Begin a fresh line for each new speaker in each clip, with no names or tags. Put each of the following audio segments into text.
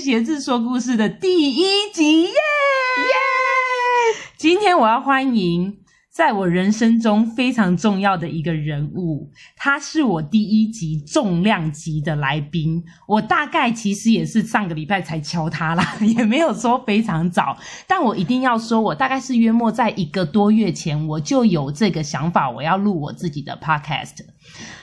学智说故事的第一集耶！今天我要欢迎在我人生中非常重要的一个人物，他是我第一集重量级的来宾。我大概其实也是上个礼拜才敲他啦， 也没有说非常早，但我一定要说，我大概是约莫在一个多月前，我就有这个想法，我要录我自己的 podcast。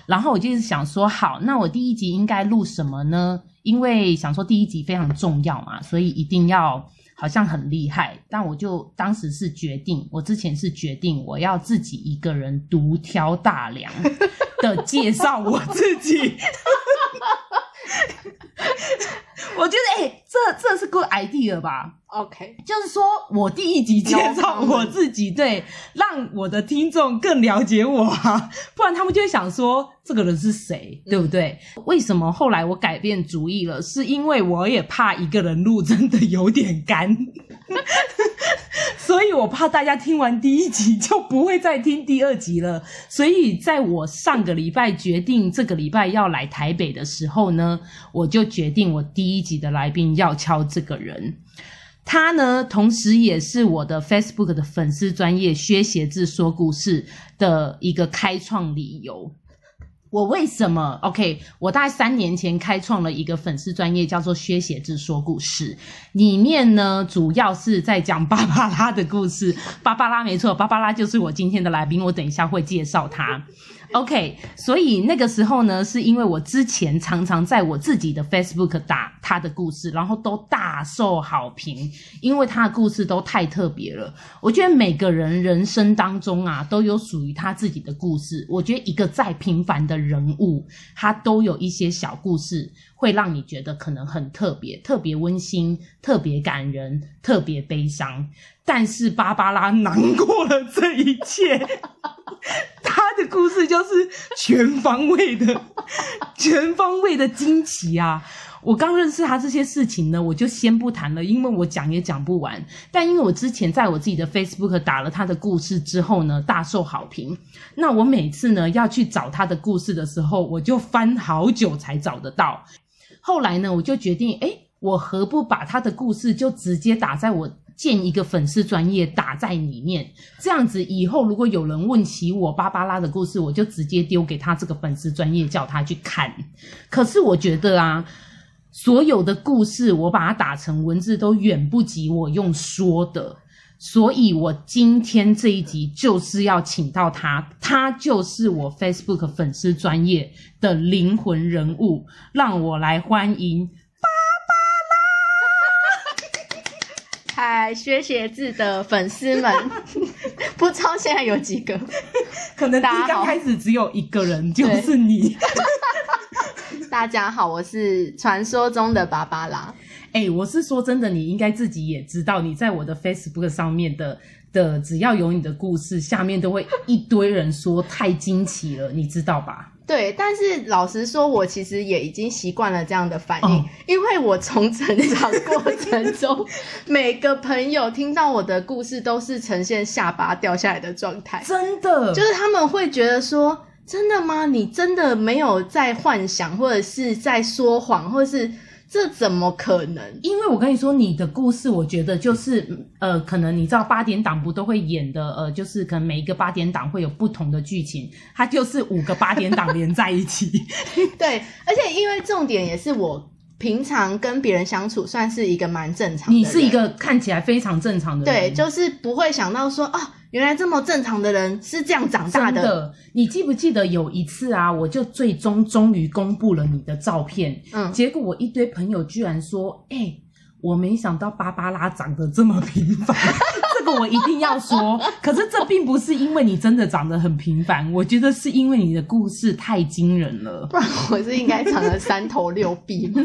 然后我就是想说，好，那我第一集应该录什么呢？因为想说第一集非常重要嘛，所以一定要好像很厉害。但我就当时是决定，我之前是决定我要自己一个人独挑大 梁的介绍我自己。我觉得，哎、这这是 good idea 吧？
OK，
就是说我第一集介绍我自己，对，让我的听众更了解我啊， 不然他们就会想说这个人是谁，对不对？为什么后来我改变主意了？是因为我也怕一个人录真的有点干， 所以我怕大家听完第一集就不会再听第二集了。所以在我上个礼拜决定这个礼拜要来台北的时候呢，我就决定我第一集的来宾要敲这个人。他呢，同时也是我的 Facebook 的粉丝专业薛鞋子说故事的一个开创理由。我为什么？OK，我大概三年前开创了一个粉丝专业，叫做薛鞋子说故事。里面呢，主要是在讲芭芭拉的故事。 芭芭拉没错，芭芭拉就是我今天的来宾，我等一下会介绍她。OK，所以那个时候呢，是因为我之前常常在我自己的 Facebook 打她的故事，然后都大受好评，因为她的故事都太特别了。我觉得每个人人生当中啊，都有属于他自己的故事。我觉得一个再平凡的人物，他都有一些小故事，会让你觉得可能很特别，特别温馨，特别感人，特别悲伤。但是芭芭拉囊括了这一切，她的故事就是全方位的、全方位的惊奇啊！我刚认识她这些事情呢，我就先不谈了，因为我讲也讲不完。但因为我之前在我自己的 Facebook 打了她的故事之后呢，大受好评。那我每次呢要去找她的故事的时候，我就翻好久才找得到。后来呢，我就决定，哎，我何不把他的故事就直接打在我建一个粉丝专业打在里面，这样子以后如果有人问起我芭芭拉的故事，我就直接丢给他这个粉丝专业，叫他去看。可是我觉得啊，所有的故事我把它打成文字，都远不及我用说的。所以，我今天这一集就是要请到他，他就是我 Facebook 粉丝专业的灵魂人物，让我来欢迎。
嗨，薛鞋子的粉丝们，不知道现在有几个？
可能
大家
刚
好
开始只有一个人，就
对
是 你。
大家好，我是传说中的芭芭拉。
哎、我是说真的，你应该自己也知道，你在我的 Facebook 上面的的，只要有你的故事，下面都会一堆人说太惊奇了，你知道吧？
对，但是老实说，我其实也已经习惯了这样的反应，
哦
因为我从成长过程中， 每个朋友听到我的故事都是呈现下巴掉下来的状态，
真的，
就是他们会觉得说：“真的吗？你真的没有在幻想，或者是在说谎，或者是这怎么可能？”
因为我跟你说，你的故事，我觉得就是呃，可能你知道八点档不都会演的，呃，就是可能每一个八点档会有不同的剧情，它就是五个八点档连在一 起。
对，而且因为重点也是我平常跟别人相处，算是一个蛮正常的
你
人。
是一个看起来非常正常的
对，
人，
就是不会想到说啊，原来这么正常的人是这样长大
真的，你记不记得有一次啊，我就最终终于公布了你的照片，
嗯
结果我一堆朋友居然说，哎、我没想到芭芭拉长得这么平凡。 这个我一定要说，可是这并不是因为你真的长得很平凡，我觉得是因为你的故事太惊人了，
不然我是应该长了三头六臂吗？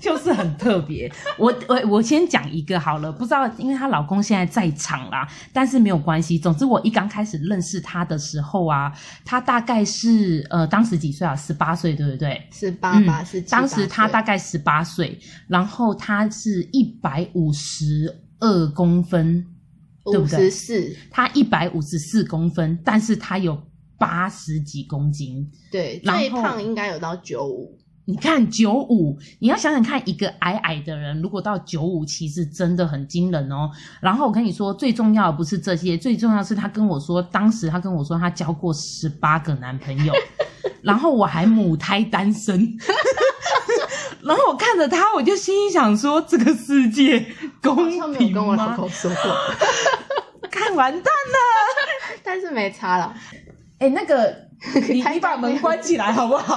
就是很特别。我我我先讲一个好了，不知道，因为她老公现在在场啦，但是没有关系。总之，我一刚开始认识她的时候啊，她大概是呃当时几岁啊？十八岁，对不对？
是爸爸、
嗯
是七
当时
八
他
岁
大概十八岁，然后他是一百五十二公分，对
五
不对
十四，
他一百五十四公分，但是他有八十几公斤，
对，
然后
最胖应该有到九五，
你看九五，你要想想看，一个矮矮的人，如果到九五，其实真的很惊人哦。然后我跟你说，最重要的不是这些，最重要的是她跟我说，当时她跟我说她交过十八个男朋 友，然后我还母胎单身。 然后我看着她，我就心里想说，这个世界公
他没有
平
跟我老
吗？
公说过，
看完蛋了。
但是没差了，
哎、那个， 你
开
你把门关起来好不好？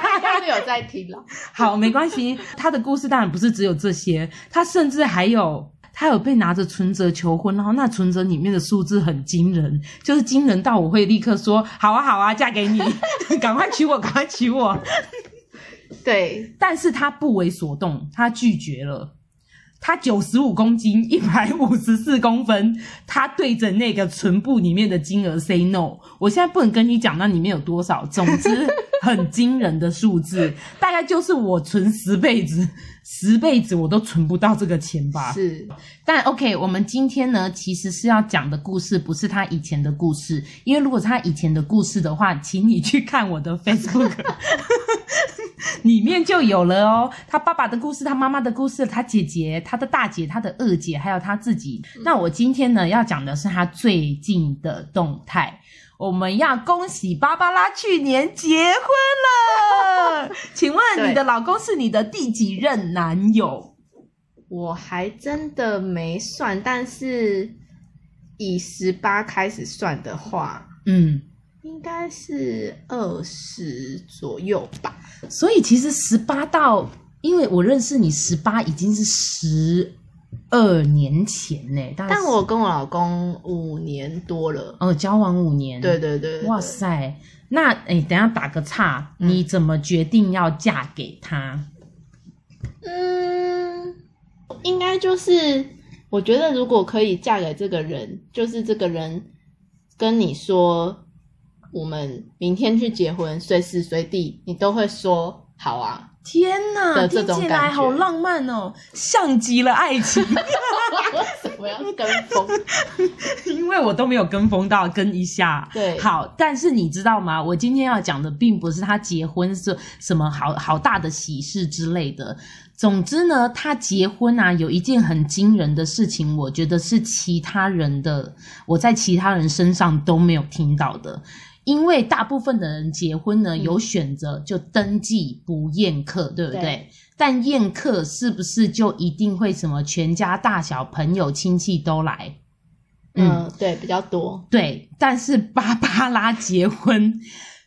他应该没有在听了。
好，没关系。他的故事当然不是只有这些，他甚至还有他有被拿着存折求婚，然后那存折里面的数字很惊人，就是惊人到我会立刻说好啊好啊，嫁给你， 赶快娶我，赶快娶我。
对，
但是他不为所动，他拒绝了。他九十五公斤，一百五十四公分，他对着那个唇部里面的金额 say no。我现在不能跟你讲那里面有多少，总之很惊人的数字，大概就是我存十辈子，十辈子我都存不到这个钱吧。
是
但 OK，我们今天呢，其实是要讲的故事不是他以前的故事，因为如果是他以前的故事的话，请你去看我的 Facebook，里面就有了哦。他爸爸的故事，他妈妈的故事，他姐姐、他的大姐、他的二姐，还有他自己。那我今天呢，要讲的是他最近的动态。我们要恭喜芭芭拉去年结婚了。请问你的老公是你的第几任男友？
我还真的没算，但是以十八开始算的话，
嗯，
应该是二十左右吧。
所以其实十八到，因为我认识你十八已经是十二年前呢，大概
但
是
我跟我老公五年多了，
哦交往五年，
对对对，对
哇，塞，那哎，等一下打个岔，
嗯
你怎么决定要嫁给他？
嗯，应该就是我觉得如果可以嫁给这个人，就是这个人跟你说我们明天去结婚，随时随地你都会说好啊。
天哪，
的
听
这种
起
感
来
觉
好浪漫哦，像极了爱情。
为什么要跟风？
因为我都没有跟风到跟一下。
对
好，但是你知道吗？我今天要讲的并不是他结婚是什么好好大的喜事之类的。总之呢，他结婚啊，有一件很惊人的事情，我觉得是其他人的，我在其他人身上都没有听到的。因为大部分的人结婚呢，
嗯
有选择就登记不宴客，对不对？
对
但宴客是不是就一定会什么全家大小、朋友亲戚都来？
嗯，对，比较多。
对，但是芭芭拉结婚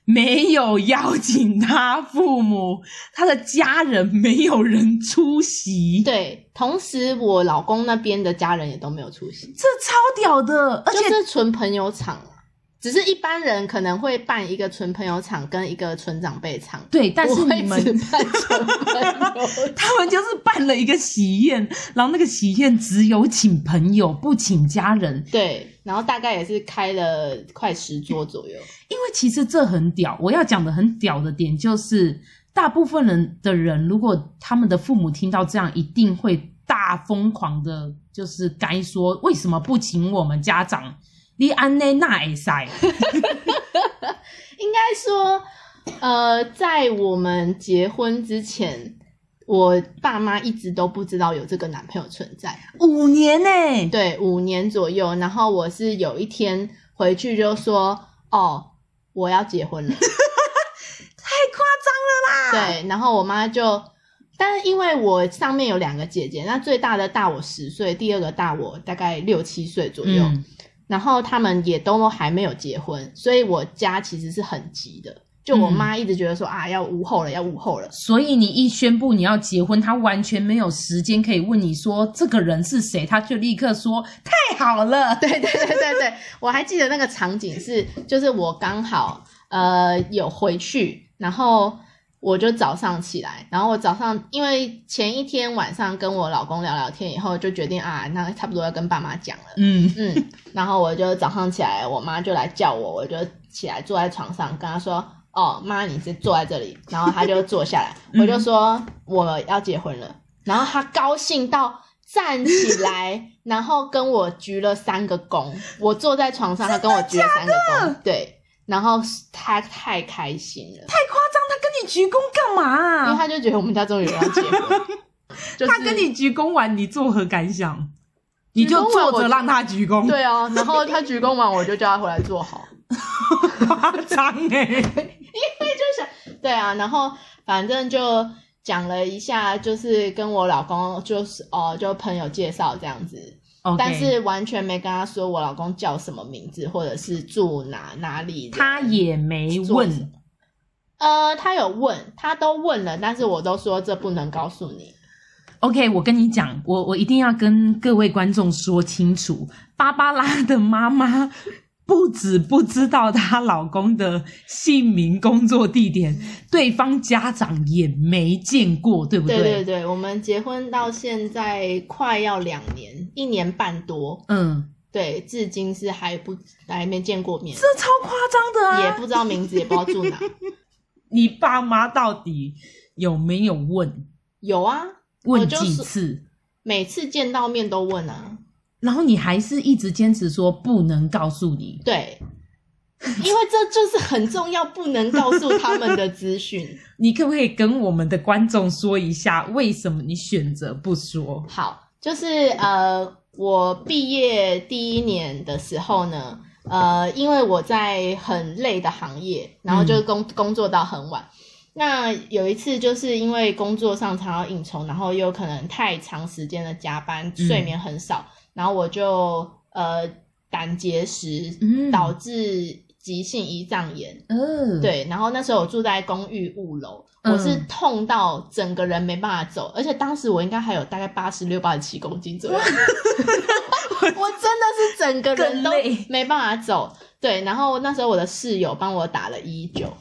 没有邀请他父母，他的家人没有人出席，
对，同时我老公那边的家人也都没有出席，
这超屌的，而
就
且
是纯朋友场啊。只是一般人可能会办一个纯朋友场跟一个纯长辈场，
对，但是
我会
你们
只办纯朋友场
他们就是办了一个喜宴，然后那个喜宴只有请朋友，不请家人，
对，然后大概也是开了快十桌左右。
因为其实这很屌，我要讲的很屌的点就是，大部分人的人，如果他们的父母听到这样，一定会大疯狂的，就是该说为什么不请我们家长？你安内那也塞，
应该说，呃，在我们结婚之前，我爸妈一直都不知道有这个男朋友存在。
五年呢、
对，五年左右。然后我是有一天回去就说：“哦，我要结婚了。
太夸张”了啦！
对，然后我妈就，但是因为我上面有两个姐姐，那最大的大我十岁，第二个大我大概六七岁左右。
嗯，
然后他们也都还没有结婚，所以我家其实是很急的。就我妈一直觉得说、啊，要无后了，要无后了。
所以你一宣布你要结婚，他完全没有时间可以问你说这个人是谁，他就立刻说太好了。
对对对对对，我还记得那个场景是，就是我刚好呃有回去，然后我就早上起来，然后我早上因为前一天晚上跟我老公聊聊天以后，就决定啊，那差不多要跟爸妈讲了。
嗯，
嗯，然后我就早上起来，我妈就来叫我，我就起来坐在床上，跟她说：“哦，妈，你是坐在这里。”然后她就坐下 来，
嗯
我就说我要结婚了。然后她高兴到站起来，然后跟我鞠了三个躬。我坐在床上，她跟我鞠了三个躬，对。然后她太开心 了，
太夸张，他跟你你鞠躬干嘛
因为
啊？
他就觉得我们家终于有人要结婚， 就是
他跟你鞠躬完，你作何感想？你就
鞠躬完
坐
我
着
就
让他鞠躬，
对啊，然后他鞠躬完，我就叫他回来坐好。
夸张哎！
对啊，然后反正就讲了一下，就是跟我老公就是哦、呃就朋友介绍这样子，
OK
但是完全没跟他说我老公叫什么名字，或者是住哪哪里人。
他也没
做什么
问，
呃，他有问，他都问了，但是我都说这不能告诉你。
OK，我跟你讲，我我一定要跟各位观众说清楚，芭芭拉的妈妈不止不知道她老公的姓名、工作地点，对方家长也没见过，嗯对不
对对对，我们结婚到现在快要两年，一年半多，
嗯，
对，至今是还不还没见过面
这，超夸张的
也
啊！
不知道名字，也不知道住哪。
你爸妈到底有没有问
有啊，我
问
就
几
是
次？
每次见到面都问啊，
然后你还是一直坚持说不能告诉你，
对，因为这就是很重要，不能告诉他们的资 讯。
你可不可以跟我们的观众说一下，为什么你选择不说？
好，就是呃，我毕业第一年的时候呢，呃，因为我在很累的行业，然后就
嗯
工、工作到很晚。那有一次，就是因为工作上常要应酬，然后又可能太长时间的加班，
嗯
睡眠很少，然后我就呃胆结石，
嗯
导致急性胰脏炎。
嗯，
对，然后那时候我住在公寓五楼，我是
嗯
痛到整个人没办法走，而且当时我应该还有大概八十六、八十七公斤左右， 我真的是整个人都
更累
没办法走。对，然后那时候我的室友帮我打了一一九，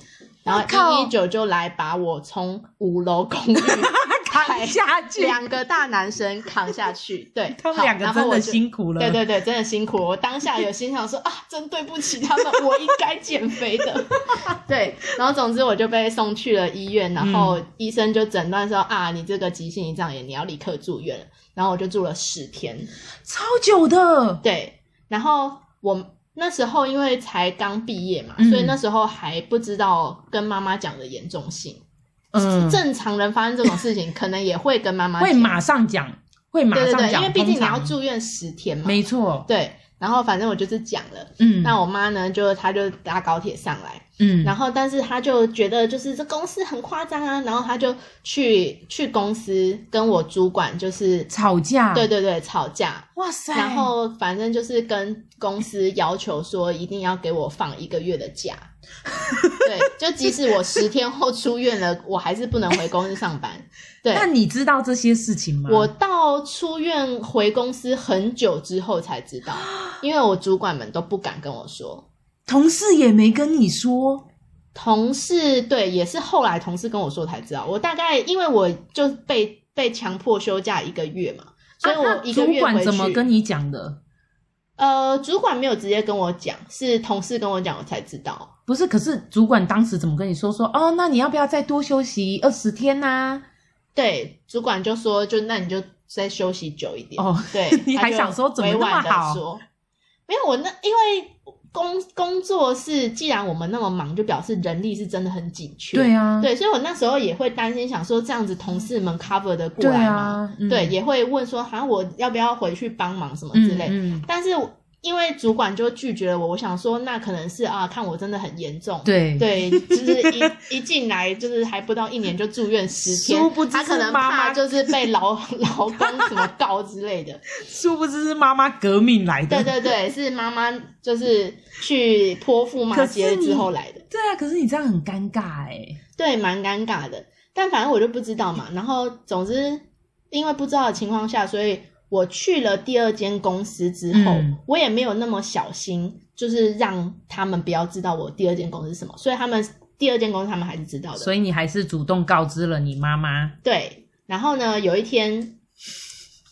然
我靠
后一一九就来把我从五楼公寓
扛下去，
两个大男生扛下去。对，
他们
好
两个
然后
真
我
的
就
辛苦了。
对对对，真的辛苦了。我当下有 心想说啊，真对不起他们，我应该减肥的。对，然后总之我就被送去了医院，然后
嗯
医生就诊断说、啊，你这个急性胰脏炎，你要立刻住院了。然后我就住了十天。
超久的，
对，然后我那时候因为才刚毕业嘛，
嗯
所以那时候还不知道跟妈妈讲的严重性。
嗯，
正常人发生这种事情，可能也会跟妈妈
会
讲
马上讲，会马
对对
上
对，
讲，
因为毕竟你
通
要
常，
住院十天嘛。
没错，
对，然后反正我就是讲了。
嗯，
那我妈呢，就她就搭高铁上来，
嗯，
然后但是她就觉得就是这公司很夸张啊，然后她就去去公司跟我主管就是
吵架，
对，对对吵架，
哇塞，
然后反正就是跟公司要求说一定要给我放一个月的假，对，就即使我十天后出院了，我还是不能回公司上班，对。
那你知道这些事情吗？
我到出院回公司很久之后才知 道，因为我主管们都不敢跟我说。
同事也没跟你说，
同事对，也是后来同事跟我说才知道。我大概因为我就被被强迫休假一个月嘛，所以
啊
我
那
一个
主
月回去。
管怎么跟你讲的？
呃，主管没有直接跟我讲，是同事跟我讲，我才知道。
不是，可是主管当时怎么跟你说？说哦，那你要不要再多休息二十天啊呐、
对，主管就说，就那你就再休息久一点。
哦，，
对
你
他
还
就
想说怎么
委
那么
婉地
好
说？没有，我那因为工工作是，既然我们那么忙，就表示人力是真的很紧缺。
对啊，
对，所以我那时候也会担心，想说这样子同事们 cover 的过
对
来吗？
啊，嗯
对，，也会问说，好像我要不要回去帮忙什么之类。
嗯，嗯
但是因为主管就拒绝了我，我想说那可能是啊，看我真的很严重。
对，
对，就是一 一进来就是还不到一年就住院十
殊
天
不，知
他可
是
能
妈
怕
妈
就是被劳 劳工什么告之类的。
殊不知是妈妈革命来的
对，对对，是妈妈就是去泼妇骂
可是
街之
你
后来的。
对啊，可是你这样很尴尬哎、
对，蛮尴尬的。但反正我就不知道嘛。然后总之，因为不知道的情况下，所以我去了第二间公司之后，
嗯
我也没有那么小心，就是让他们不要知道我第二间公司是什么。所以他们第二间公司他们还是知道的。
所以你还是主动告知了你妈妈。
对，然后呢，有一天，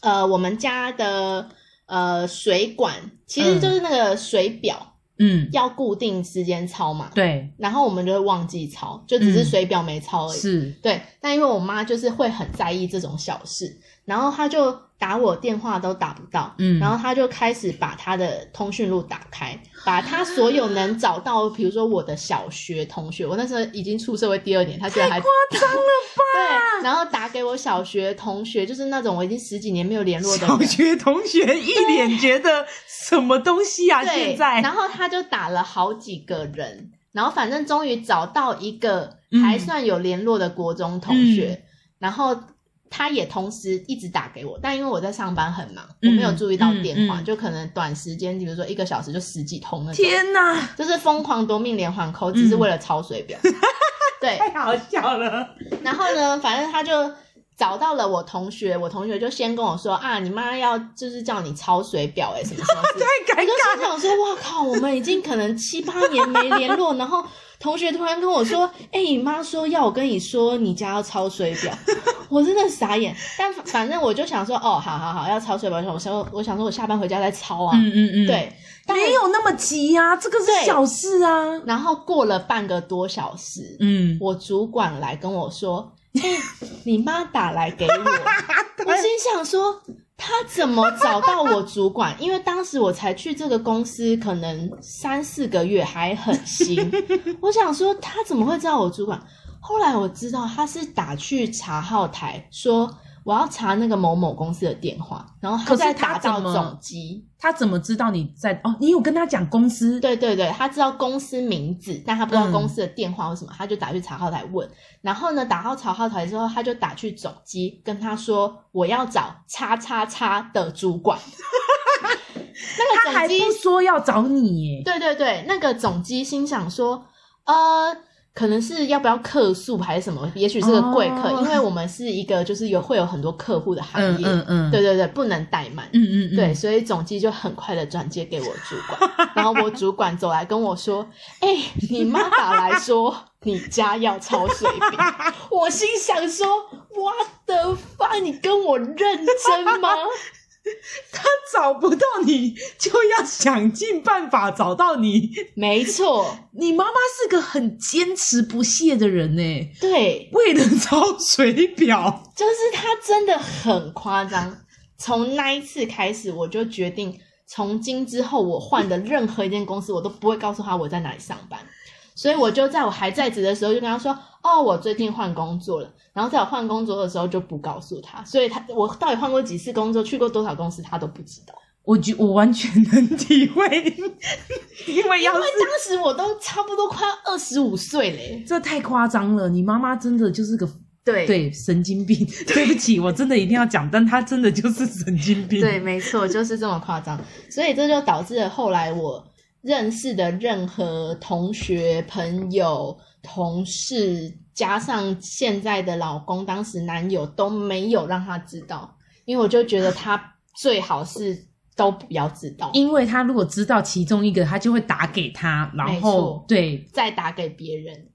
呃，我们家的呃水管其实就是那个水表、
嗯，
要固定时间抄嘛，
对，
然后我们就会忘记抄，就只是
嗯
水表没抄而已。
是，
对，但因为我妈就是会很在意这种小事，然后她就打我电话都打不到，
嗯
然后他就开始把他的通讯录打开，把他所有能找到，比如说我的小学同学，我那时候已经出社会第二年，他居然还夸张了吧？对，然后打给我小学同学，就是那种我已经十几年没有联络的
小
人。
学同学一脸觉得什么东西啊？
对，
现在
然后他就打了好几个人，然后反正终于找到一个
嗯
还算有联络的国中同学，然后他也同时一直打给我，但因为我在上班很忙，我没有
嗯
注意到
嗯
电话，
嗯
就可能短时间，比如说一个小时就十几通那种，
天哪，
就是疯狂夺命连环扣，只是
嗯
为了抄水 表。对，
太好笑了！
然后呢，反正他就找到了我同学，我同学就先跟我说啊，你妈要就是叫你抄水表哎、欸，什么什么之类的。
太尴
我就
尬
心想说，哇靠，我们已经可能七八年没联络，然后同学突然跟我说，哎、你妈说要我跟你说，你家要抄水表，我真的傻眼。但反反正我就想说，哦，好好好，要抄水表，我想说，我想说我下班回家再抄啊。
嗯嗯嗯，，
对，但
没有那么急啊，这个
对
是小事啊。
然后过了半个多小时，
嗯，
我主管来跟我说，哎、你妈打来 给我。我心想说，他怎么找到我主管？因为当时我才去这个公司，可能三四个月还很 新。我想说，他怎么会知道我主管？后来我知道他是打去查号台说。我要查那个某某公司的电话，然后
可是
他再
他
打
怎
到
么
总机。
他怎么知道你在？哦，你有跟他讲公司？，
对对对，他知道公司名字，但他不知道
嗯
公司的电话或什么，他就打去查号台问。然后呢，打到查号台之后，他就打去总机跟他说：“我要找叉叉叉的主管。”
他
那个
还
总机
不说要找你耶。
对对对，那个总机心想说，呃，可能是要不要客诉还是什么？也许是个贵客，
哦
因为我们是一个就是有会有很多客户的行
嗯
业，
嗯嗯，
对对对，不能怠慢。
嗯嗯嗯，
对，所以总机就很快的转接给我主管，然后我主管走来跟我说：“哎、你妈打来说你家要抄水表。”我心想说：“我的妈，你跟我认真吗？”
他找不到你，就要想尽办法找到你。
没错，
你妈妈是个很坚持不懈的人呢，
对，
为了抄水表，
就是他真的很夸张。从那一次开始，我就决定，从今之后我换的任何一间公司，我都不会告诉他我在哪里上班。所以我就在我还在职的时候就跟他说：“哦，我最近换工作了。”然后在我换工作的时候就不告诉他。所以他我到底换过几次工作，去过多少公司，他都不知道。
我觉我完全能体会，因为
因
要
为
是
当时我都差不多快二十五岁嘞。
这太夸张了，你妈妈真的就是个
对
对神经病。对不起，我真的一定要讲，但她真的就是神经 病。
对，，没错，就是这么夸张。所以这就导致了后来我认识的任何同学、朋友、同事，加上现在的老公、当时男友都没有让他知道，因为我就觉得他最好是都不要知道，
因为她如果知道其中一个，她就会打给他，然
没
后
错
对
再打给别人。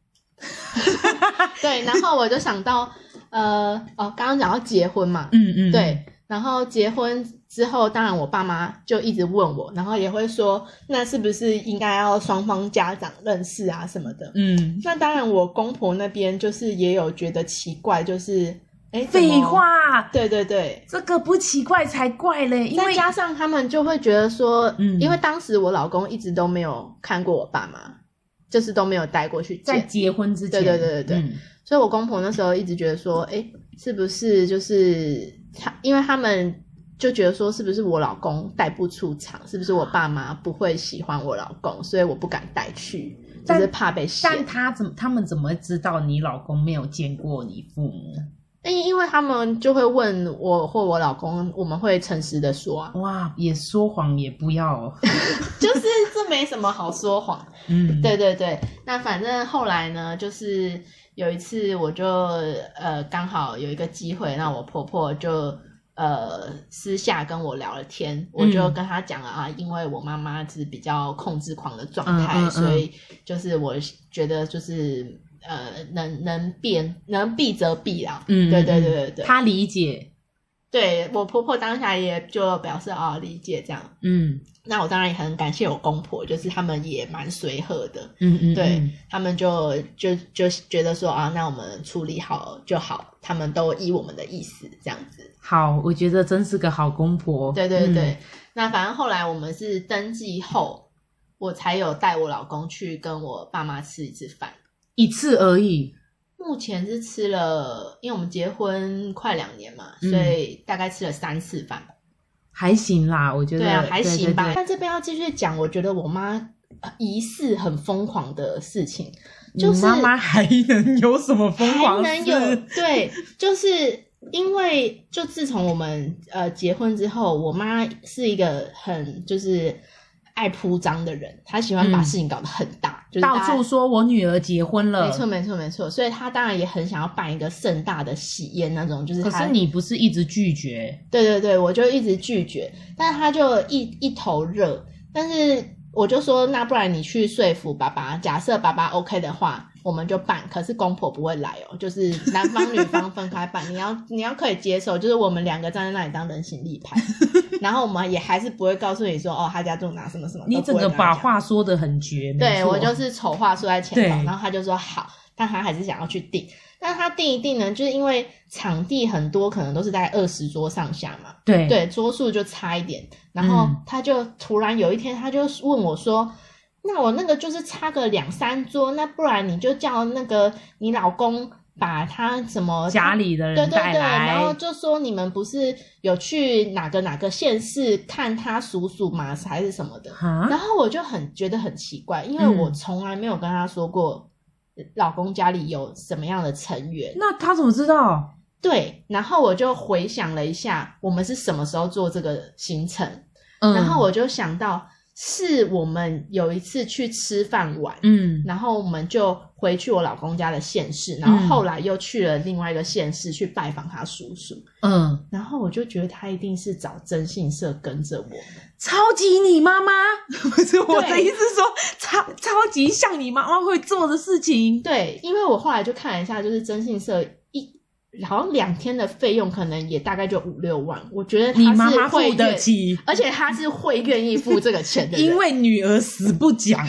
对，然后我就想到，呃，哦，刚刚讲到结婚嘛，
嗯嗯，
对，然后结婚之后，当然我爸妈就一直问我，然后也会说，那是不是应该要双方家长认识啊什么的？
嗯，
那当然，我公婆那边就是也有觉得奇怪，就是哎，怎么
废，话，
对对对。
这个不奇怪才怪嘞，因
再
为
加上他们就会觉得说，
嗯
因为当时我老公一直都没有看过我爸妈，就是都没有带过去
在
见，
结婚之前，
对对对对对
嗯
所以我公婆那时候一直觉得说，哎、是不是就是他？因为他们就觉得说，是不是我老公带不出场？是不是我爸妈不会喜欢我老公？所以我不敢带去，就
但
是怕被嫌。
但他怎么他们怎么会知道你老公没有见过你父母？
因因为他们就会问我或我老公，我们会诚实的说、啊，
哇，也说谎也不要哦，
就是这没什么好说谎。
嗯，
对对对，那反正后来呢，就是有一次我就呃刚好有一个机会，那我婆婆就呃私下跟我聊了天，我就
嗯
跟她讲了啊，因为我妈妈是比较控制狂的状
嗯
态，
嗯嗯
所以就是我觉得就是呃能能变能避则避啦，
嗯，
对对
嗯
对对对，
他理解，
对我婆婆当下也就表示啊理解这样，
嗯，
那我当然也很感谢我公婆，就是他们也蛮随和的，
嗯嗯，
对
嗯
他们就就就觉得说啊，那我们处理好就好，他们都依我们的意思这样子。
好，我觉得真是个好公婆。
对对
嗯
对，，那反正后来我们是登记后，我才有带我老公去跟我爸妈吃一次饭。
一次而已。
目前是吃了，因为我们结婚快两年嘛，
嗯
所以大概吃了三次饭吧。
还行啦，我觉得
对啊，还行吧。
对对对
但这边要继续讲，我觉得我妈呃疑似很疯狂的事情，就是
你妈妈还能有什么疯
还
狂
能
事？
有对，就是因为就自从我们呃结婚之后，我妈是一个很就是爱铺张的人，她喜欢把
嗯
事情搞得很大，就是
到
大家
处说我女儿结婚了，
没错，没错，没错。所以她当然也很想要办一个盛大的喜宴那种，就是
可
她
是你不是一直拒绝？
对对对，我就一直拒绝，但是他就一一头热，但是我就说，那不然你去说服爸爸，假设爸爸 OK 的话，我们就办。可是公婆不会来哦，就是男方女方分开办，你要你要可以接受，就是我们两个站在那里当人形立 牌，然后我们也还是不会告诉你说，哦，他家住哪什么什么，
你
都不
整
会
个
跟他
把
讲
话说的很绝，没
对
错
我就是丑话说在前头，
对
然后他就说好，但他还是想要去订。但是他订一订呢，就是因为场地很多，可能都是大概二十桌上下嘛，
对
对，桌数就差一点。然后
嗯
他就突然有一天，他就问我说：“那我那个就是差个两三桌，那不然你就叫那个你老公把他什么
家里的
对
人
对
带
对，然后
来，
就说你们不是有去哪个哪个县市看他叔叔吗？还是什么的？”
哈，
然后我就很觉得很奇怪，因为
啊嗯
我从来没有跟他说过老公家里有什么样的成员，
那他怎么知道？
对，然后我就回想了一下，我们是什么时候做这个行程，
嗯，
然后我就想到是我们有一次去吃饭玩，
嗯
然后我们就回去我老公家的县市，然后后来又去了另外一个县市去拜访他叔叔，
嗯，
然后我就觉得他一定是找征信社跟着我们，
超级你妈 妈，不是我的意思是说，超超级像你妈妈会做的事情，
对，因为我后来就看了一下，就是征信社一。好像两天的费用可能也大概就五六万，我觉得他
你
是
妈妈
会
付得
愿
起，
而且他是会愿意付这个钱的 人，
因为女儿死不讲，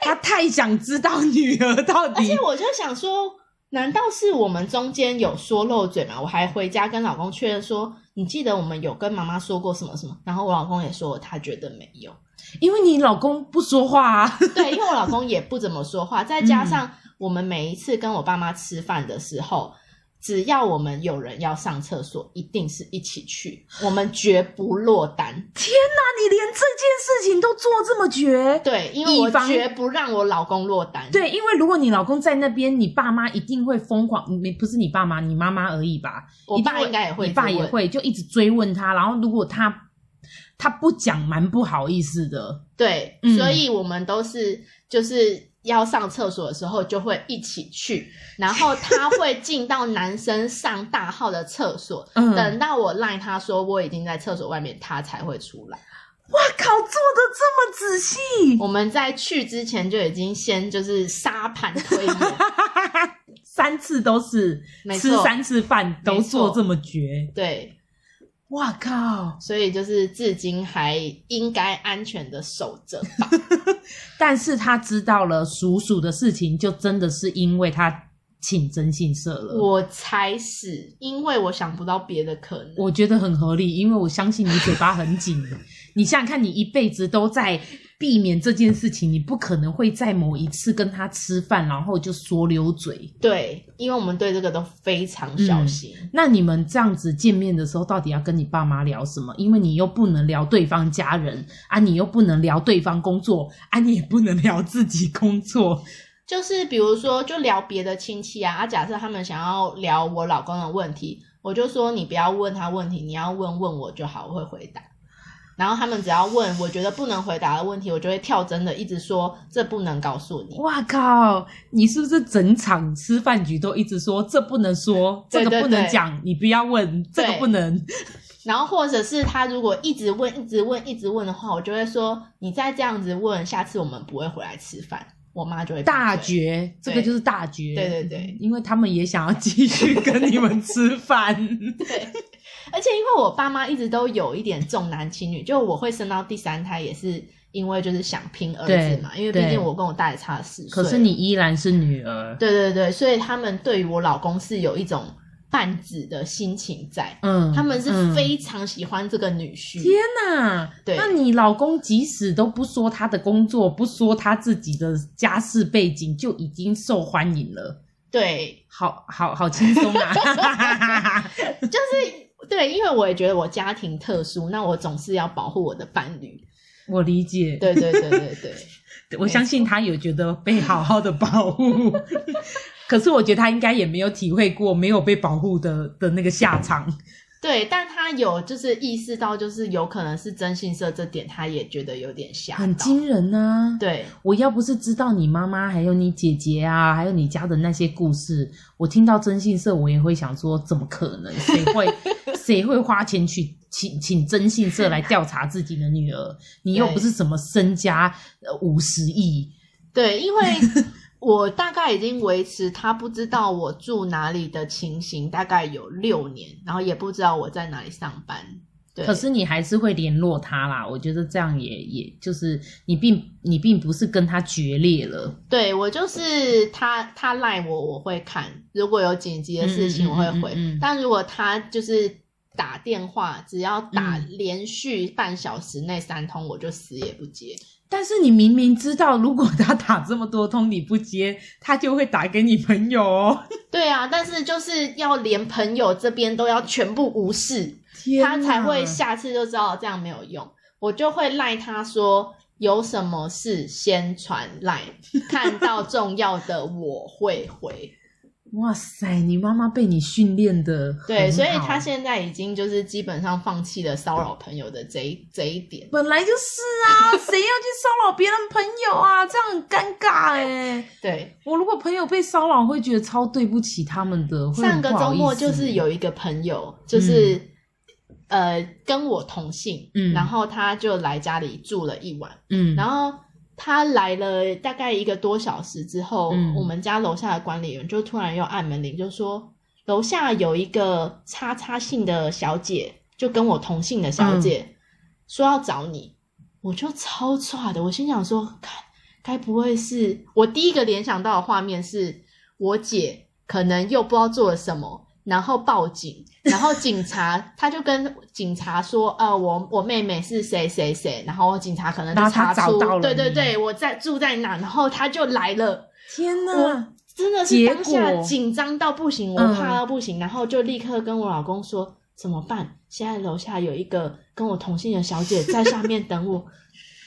她太想知道女儿到
而
底
且我就想说，难道是我们中间有说漏嘴吗？我还回家跟老公确认说，你记得我们有跟妈妈说过什么什么？然后我老公也说他觉得没有，
因为你老公不说话 啊，
对，因为我老公也不怎么说话，再
嗯
加上我们每一次跟我爸妈吃饭的时候。只要我们有人要上厕所，一定是一起去，我们绝不落单。
那你连这件事情都做这么绝。
对，因为我
以防
绝不让我老公落单。
对，因为如果你老公在那边，你爸妈一定会疯狂，你不是你爸妈，你妈妈而已吧？
我
一定
爸应该也会
你爸
这么
也
问
会就一直追问他，然后如果他他不讲，蛮不好意思的。
对，
嗯
所以我们都是就是要上厕所的时候就会一起去，然后他会进到男生上大号的厕所，
嗯，
等到我赖他说我已经在厕所外面，他才会出来。
哇靠，做的这么仔细，
我们在去之前就已经先就是沙盘推 演，
三次都是
没
吃
错
三次饭都
没错
做这么绝，
对，
哇靠！
所以就是至今还应该安全的守着吧。
但是他知道了叔叔的事情，就真的是因为他请征信社了。
我猜是因为我想不到别的可能。
我觉得很合理，因为我相信你嘴巴很紧。 你想想看，你一辈子都在避免这件事情，你不可能会在某一次跟他吃饭，然后就说溜嘴。
对，因为我们对这个都非常小
嗯
心。
那你们这样子见面的时候，到底要跟你爸妈聊什么？因为你又不能聊对方家人啊，你又不能聊对方工作啊，你也不能聊自己工作。
就是比如说，就聊别的亲戚啊，啊，假设他们想要聊我老公的问题，我就说你不要问他问题，你要问问我就好，我会回答。然后他们只要问我觉得不能回答的问题，我就会跳针的一直说这不能告诉你。
哇靠！你是不是整场吃饭局都一直说这不能说，
对
这
对
个不能
对
讲，你不要问，这个
对
不能。
然后或者是他如果一直问、一直问、一直问的话，我就会说你再这样子问，下次我们不会回来吃饭。我妈就会闭
大
嘴
绝，这个
对
就是大绝。
对对对
因为他们也想要继续跟你们吃饭。
而且因为我爸妈一直都有一点重男轻女，就我会生到第三胎也是因为就是想拼儿子嘛，
对
因为毕
对
竟我跟我大爷差了四岁。
可是你依然是女儿，
对对对，所以他们对于我老公是有一种半子的心情在，
嗯，
他们是
嗯
非常喜欢这个女婿。
天哪！
对
那你老公即使都不说他的工作，不说他自己的家世背景，就已经受欢迎了，
对，
好好好轻松啊！
就是对，因为我也觉得我家庭特殊，那我总是要保护我的伴侣。
我理解，
对对对对对，
我相信他有觉得被好好的保 护，可是我觉得他应该也没有体会过没有被保护的的那个下场。
对，但他有就是意识到，就是有可能是真性色这点，他也觉得有点吓
很
到。
惊人呐、
对，
我要不是知道你妈妈、还有你姐姐啊，还有你家的那些故事，我听到征信社，我也会想说，怎么可能？谁 会谁会花钱去请请征信社来调查自己的女儿？你又
对
不是什么身家呃五十亿，
对，因为我大概已经维持他不知道我住哪里的情形，大概有六年，然后也不知道我在哪里上班。对，
可是你还是会联络她啦。我觉得这样也也就是你并你并不是跟她决裂了，
对我就是他，他赖我，我会看，如果有紧急的事
嗯
情
嗯嗯
我会回，
嗯嗯
但如果他就是。打电话只要打
嗯
连续半小时内三通，我就死也不接。
但是你明明知道，如果她打这么多通你不接，她就会打给你朋友哦。
对啊，但是就是要连朋友这边都要全部无视，他
天哪
才会下次就知道这样没有用。我就会赖他说有什么事先传赖，看 到重要的我会回。
哇塞，你妈妈被你训练的
对，所以他现在已经就是基本上放弃了骚扰朋友的这一这一点。
本来就是 啊，谁要去骚扰别人朋友啊？这样很尴尬哎、
对，
我如果朋友被骚扰，会觉得超对不起他们的。会
上
很
个
不好
周末
意思
就是有一个朋友，就是、呃跟我同姓，
嗯
然后他就来家里住了一晚。
嗯，
然后他来了大概一个多小时之后，
嗯
我们家楼下的管理员就突然又按门铃，就说楼下有一个叉叉姓的小姐，就跟我同姓的小
嗯
姐、说要找你，我就超差的，我心想说，该该不会是我第一个联想到的画面是我姐可能又不知道做了什么。然后报警，然后警察他就跟警察说，呃，我我妹妹是谁谁谁，然后警察可能就
然后
查
他
出，
找到了
对对
你
对，我在住在哪，然后他就来了，
天
我
哪，
真的是
结
当下
果
紧张到不行，我
嗯
怕到不行，然后就立刻跟我老公说怎么办？现在楼下有一个跟我同姓的小姐在下面等 我，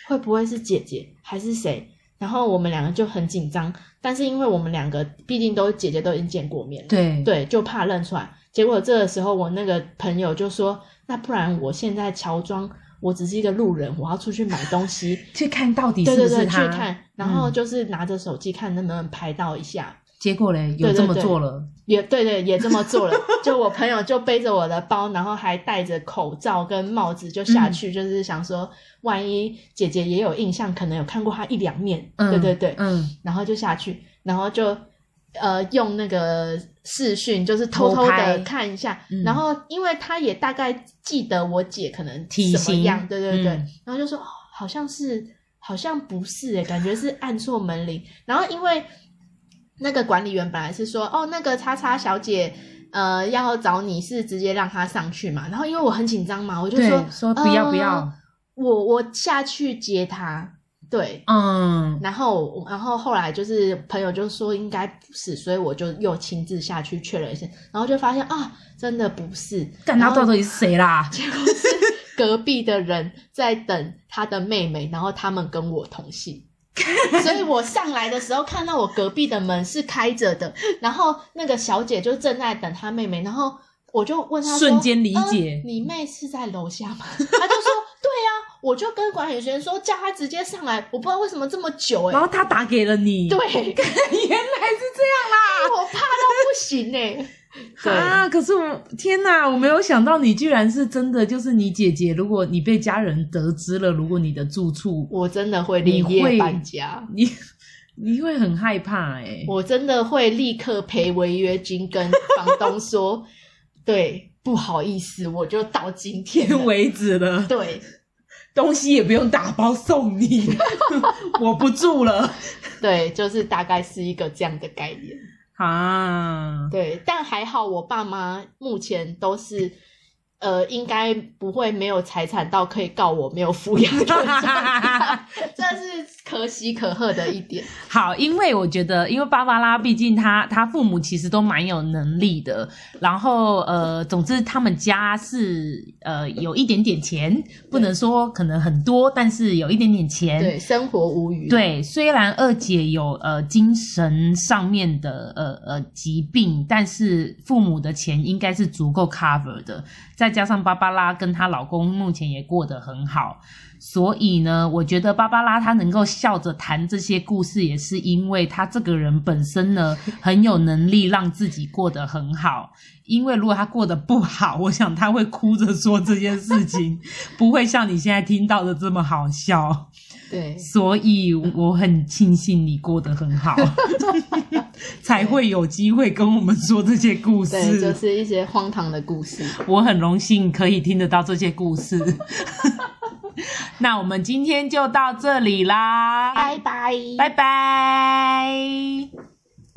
会不会是姐姐还是谁？然后我们两个就很紧张，但是因为我们两个毕竟都姐姐都已经见过面了，
对，
对，就怕认出来。结果这个时候，我那个朋友就说：“那不然我现在乔装，我只是一个路人，我要出去买东西。
去看到”底
对
是不
对
是
对，去
他？嗯
看，然后就是拿着手机看能不能拍到一下。
结果嘞，有
对对
这么
对
做了，
也对对，也这么做了。就我朋友就背着我的包，然后还戴着口罩跟帽子就
嗯
下去，就是想说，万一姐姐也有印象，可能有看过她一两面。
嗯，
对对对，
嗯，
然后就下去，然后就呃用那个视讯，就是偷偷
偷
的
拍
看一下。
嗯
然后因为他也大概记得我姐可能
体
什么
型
样，对对对，
嗯
然后就说、哦、好像是好像不是诶，感觉是按错门铃。然后因为那个管理员本来是说哦那个叉叉小姐。呃，要找你是直接让她上去嘛？然后因为我很紧张嘛，我就说
对，说不要不
呃
要，
我我下去接她。对，
嗯，
然后，然后后来就是朋友就说应该不是，所以我就又亲自下去确认一下，然后就发现啊，真的不是，
干他
然后
到底是谁啦？
结果是隔壁的人在等他的妹妹，然后他们跟我同姓。 所以我上来的时候看到我隔壁的门是开着的，然后那个小姐就正在等她妹妹，然后我就问她说
瞬间理解
呃你妹是在楼下吗？ 她就说对啊，我就跟管理员说叫她直接上来，我不知道为什么这么久哎、
然后他打给了你，
对，
原来是这样啦。
我怕到不行哎、对，
啊！可是我天哪，我没有想到你居然是真的，就是你姐姐。如果你被家人得知了，如果你的住处，
我真的会连夜搬家，
你你会很害怕哎、
我真的会立刻赔违约金跟房东说，对不好意思，我就到今天
天
了。
为止了，
对
东西也不用打包送你， 我不住了
对，就是大概是一个这样的概念。
啊！
对，但还好我爸妈目前都是，呃，应该不会没有财产到可以告我没有抚养的状态，这是可喜可贺的一点。
好，因为我觉得，因为芭芭拉毕竟她她父母其实都蛮有能力的，然后呃，总之他们家是呃有一点点钱，不能说可能很多，但是有一点点钱。
对，生活无余。，
对，虽然二姐有呃精神上面的呃呃疾病，但是父母的钱应该是足够 cover 的。再加上芭芭拉跟她老公目前也过得很好，所以呢，我觉得芭芭拉她能够笑着谈这些故事，也是因为她这个人本身呢很有能力让自己过得很好。因为如果她过得不好，我想她会哭着说这件事情，不会像你现在听到的这么好笑。
对，
所以我很庆幸你过得很 好，才会有机会跟我们说这些故事。
对，就是一些荒唐的故事。
我很荣幸可以听得到这些故事。 那我们今天就到这里啦，
拜，
拜拜。